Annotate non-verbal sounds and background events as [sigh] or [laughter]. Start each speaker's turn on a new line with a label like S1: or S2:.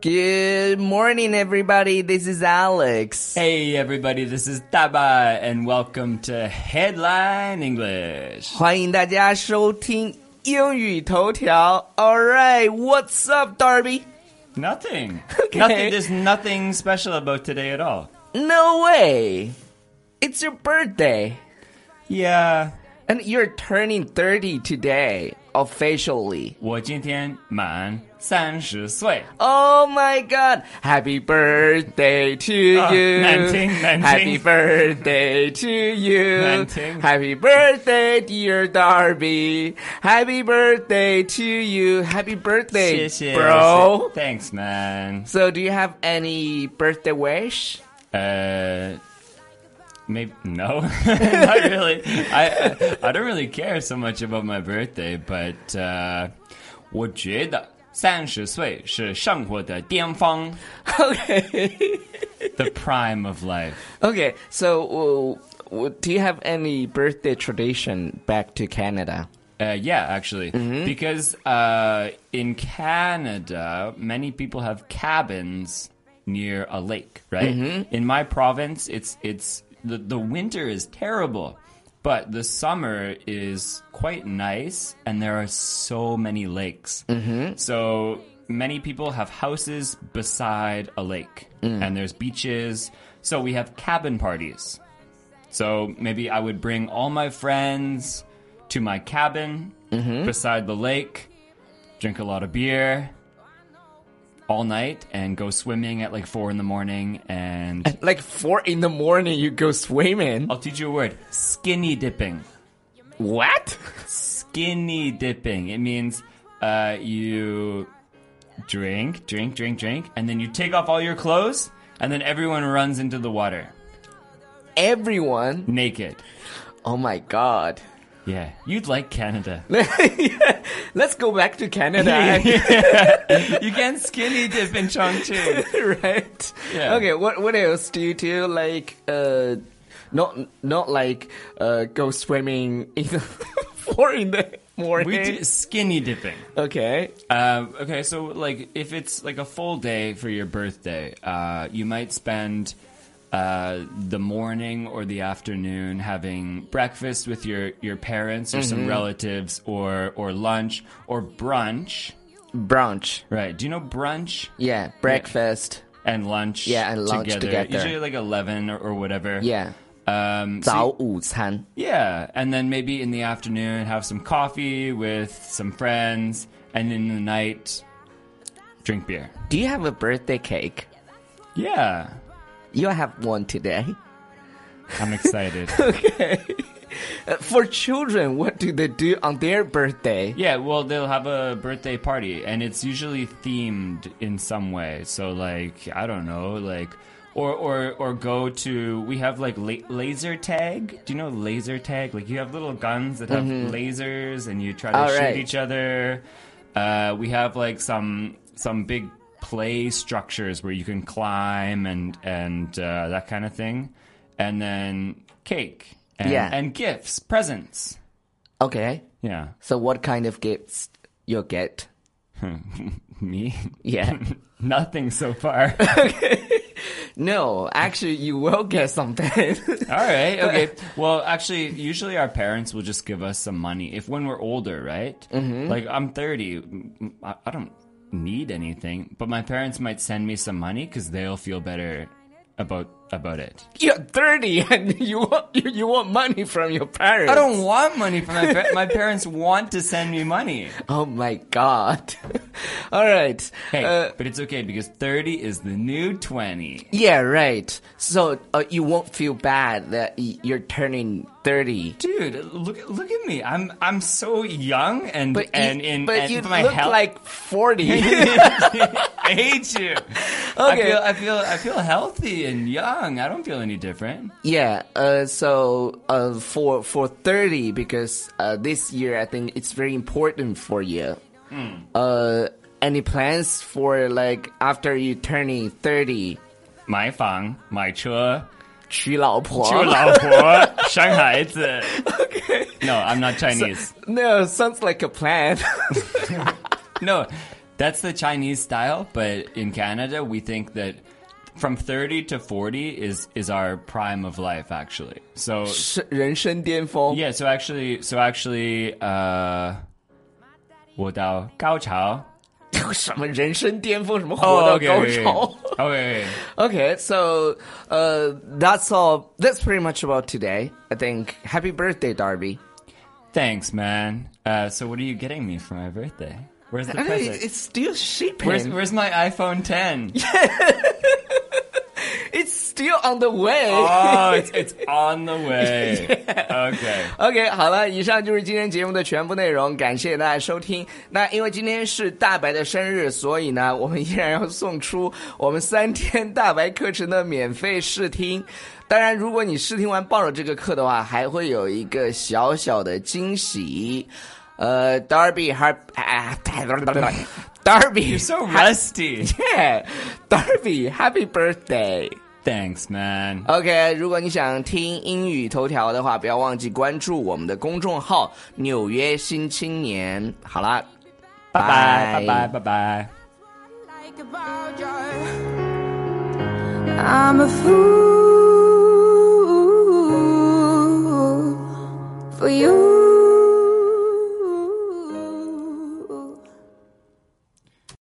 S1: Good morning, everybody. This is Alex.
S2: Hey everybody, this is Taba and welcome to Headline English.
S1: 欢迎大家收听英语头条。All right, what's up, Darby?
S2: Nothing. Nothing there's nothing special about today at all.
S1: No way. It's your birthday,
S2: Yeah.
S1: and you're turning 30 today, officially.
S2: 我今天满三十岁。
S1: Oh my god! Happy birthday to
S2: Ah,
S1: you.
S2: Nanting, Nanting.
S1: Happy birthday to you.
S2: Nanting.
S1: Happy birthday, dear Darby. Happy birthday to you. Happy birthday,
S2: 谢谢
S1: bro.
S2: Thanks, man.
S1: So, do you have any birthday wish? [laughs]
S2: Uh, maybe no, [laughs] not really. I, I I don't really care so much about my birthday, but uh, 我觉得三十岁是生活的巅峰
S1: Okay.
S2: the prime of life.
S1: okay. So, uh, w- do you have any birthday tradition back to Canada?
S2: Uh, yeah, actually, because uh, in Canada, many people have cabins near a lake, right? In my province, it's it's the the winter is terrible, but the summer is quite nice, and there are so many lakes. Mm-hmm. So many people have houses beside a lake, and there's beaches. So we have cabin parties. So maybe I would bring all my friends to my cabin beside the lake, drink a lot of beer all night, and go swimming at like four in the morning. And
S1: Like four in the morning, you go swimming.
S2: I'll teach you a word skinny dipping.
S1: What?
S2: Skinny dipping. It means uh, you drink, drink, drink, drink, and then you take off all your clothes, and then everyone runs into the water
S1: Everyone.
S2: naked.
S1: Oh my god. [laughs]
S2: Yeah, you'd like Canada.
S1: Let's go back to
S2: [laughs]
S1: Canada,
S2: you can skinny dip in
S1: [laughs]
S2: Chongqing.
S1: right?
S2: Yeah.
S1: Okay. What What else do you do? Like, uh, not not like uh, go swimming in the [laughs] four in the morning.
S2: We do skinny dipping.
S1: Okay.
S2: Uh, okay, so like if it's like a full day for your birthday, uh, you might spend uh, the morning or the afternoon having breakfast with your, your parents or some
S1: Mm-hmm.
S2: relatives or or lunch or brunch.
S1: Brunch.
S2: Right? Do you know brunch
S1: Yeah. Breakfast.
S2: and lunch?
S1: Yeah, and lunch together.
S2: Usually like eleven or, or whatever.
S1: Yeah.
S2: Um, so
S1: 早午餐.
S2: Yeah, and then maybe in the afternoon have some coffee with some friends, and in the night drink beer.
S1: Do you have a birthday cake?
S2: Yeah,
S1: You have one today. [laughs]
S2: I'm excited.
S1: Uh, For children, what do they do on their birthday?
S2: yeah, well, they'll have a birthday party, and it's usually themed in some way. So, like, I don't know, like, or or or go to. We have like la- laser tag. Do you know laser tag? Like, you have little guns that have lasers, and you try to
S1: Mm-hmm. All
S2: shoot
S1: right.
S2: each other. Uh, we have like some some big play structures where you can climb and and uh, that kind of thing, and then cake. And,
S1: Yeah.
S2: and gifts, presents.
S1: Okay.
S2: Yeah.
S1: So what kind of gifts you'll get?
S2: Me? [laughs]
S1: [laughs] Yeah.
S2: Nothing so far.
S1: No, actually, you will get something.
S2: [laughs]
S1: [laughs]
S2: All right. [laughs] Okay. Well, actually, usually our parents will just give us some money if when we're older, right? Mm-hmm. Like I'm 30, m- I I don't need anything, but my parents might send me some money because they'll feel better about about it.
S1: You're 30 and you want, you, you want money from your parents.
S2: I don't want money from my [laughs] parents. my parents want to send me money.
S1: Oh my god. [laughs] All right.
S2: Hey,
S1: Uh,
S2: but it's okay because 30 is the new 20.
S1: yeah, right. So uh, you won't feel bad that y- you're turning 30.
S2: Dude, look look at me. I'm I'm so young and
S1: But
S2: and
S1: you,
S2: in
S1: but
S2: and
S1: you
S2: my
S1: look
S2: health.
S1: [laughs] like 40.
S2: [laughs] I hate you. I
S1: Okay.
S2: feel I feel I feel healthy and young. I don't feel any different.
S1: Yeah, uh, so uh, for for thirty because uh, this year I think it's very important for you. Uh, any plans for like after you turning thirty?
S2: 买房买车，
S1: [laughs] 娶老婆?
S2: 救老婆，生孩子。No, I'm not Chinese.
S1: No, sounds like a plan.
S2: No, That's the Chinese style, but in Canada, we think that from 30 to 40 is is our prime of life actually. So
S1: 是 [laughs] 人生巅峰。
S2: yeah, so actually so actually uh 我到高潮
S1: [laughs] 什么人生巅峰，什么活
S2: Oh,
S1: 到
S2: okay,
S1: 高
S2: okay,
S1: 潮。 [laughs]
S2: okay. okay.
S1: Okay, so uh, that's all. That's pretty much about today. I think. Happy birthday, Darby.
S2: Thanks, man. Uh, so what are you getting me for my birthday? Where's the
S1: I mean,
S2: present?
S1: it's still shipping.
S2: Where's, where's my iPhone 10?
S1: it's still on the way.
S2: Oh, it's, it's on the way. Okay.
S1: OK，好了，以上就是今天节目的全部内容，感谢大家收听。那因为今天是大白的生日，所以呢，我们依然要送出我们三天大白课程的免费试听。当然，如果你试听完报了这个课的话，还会有一个小小的惊喜。呃，Darby 还啊，Darby，You're
S2: You're so rusty.
S1: yeah，Darby，Happy birthday。
S2: Thanks, man.
S1: OK，如果你想听英语头条的话，不要忘记关注我们的公众号《纽约新青年》。好啦，
S2: Bye bye. Bye bye. Bye bye.
S3: like about you. I'm a fool.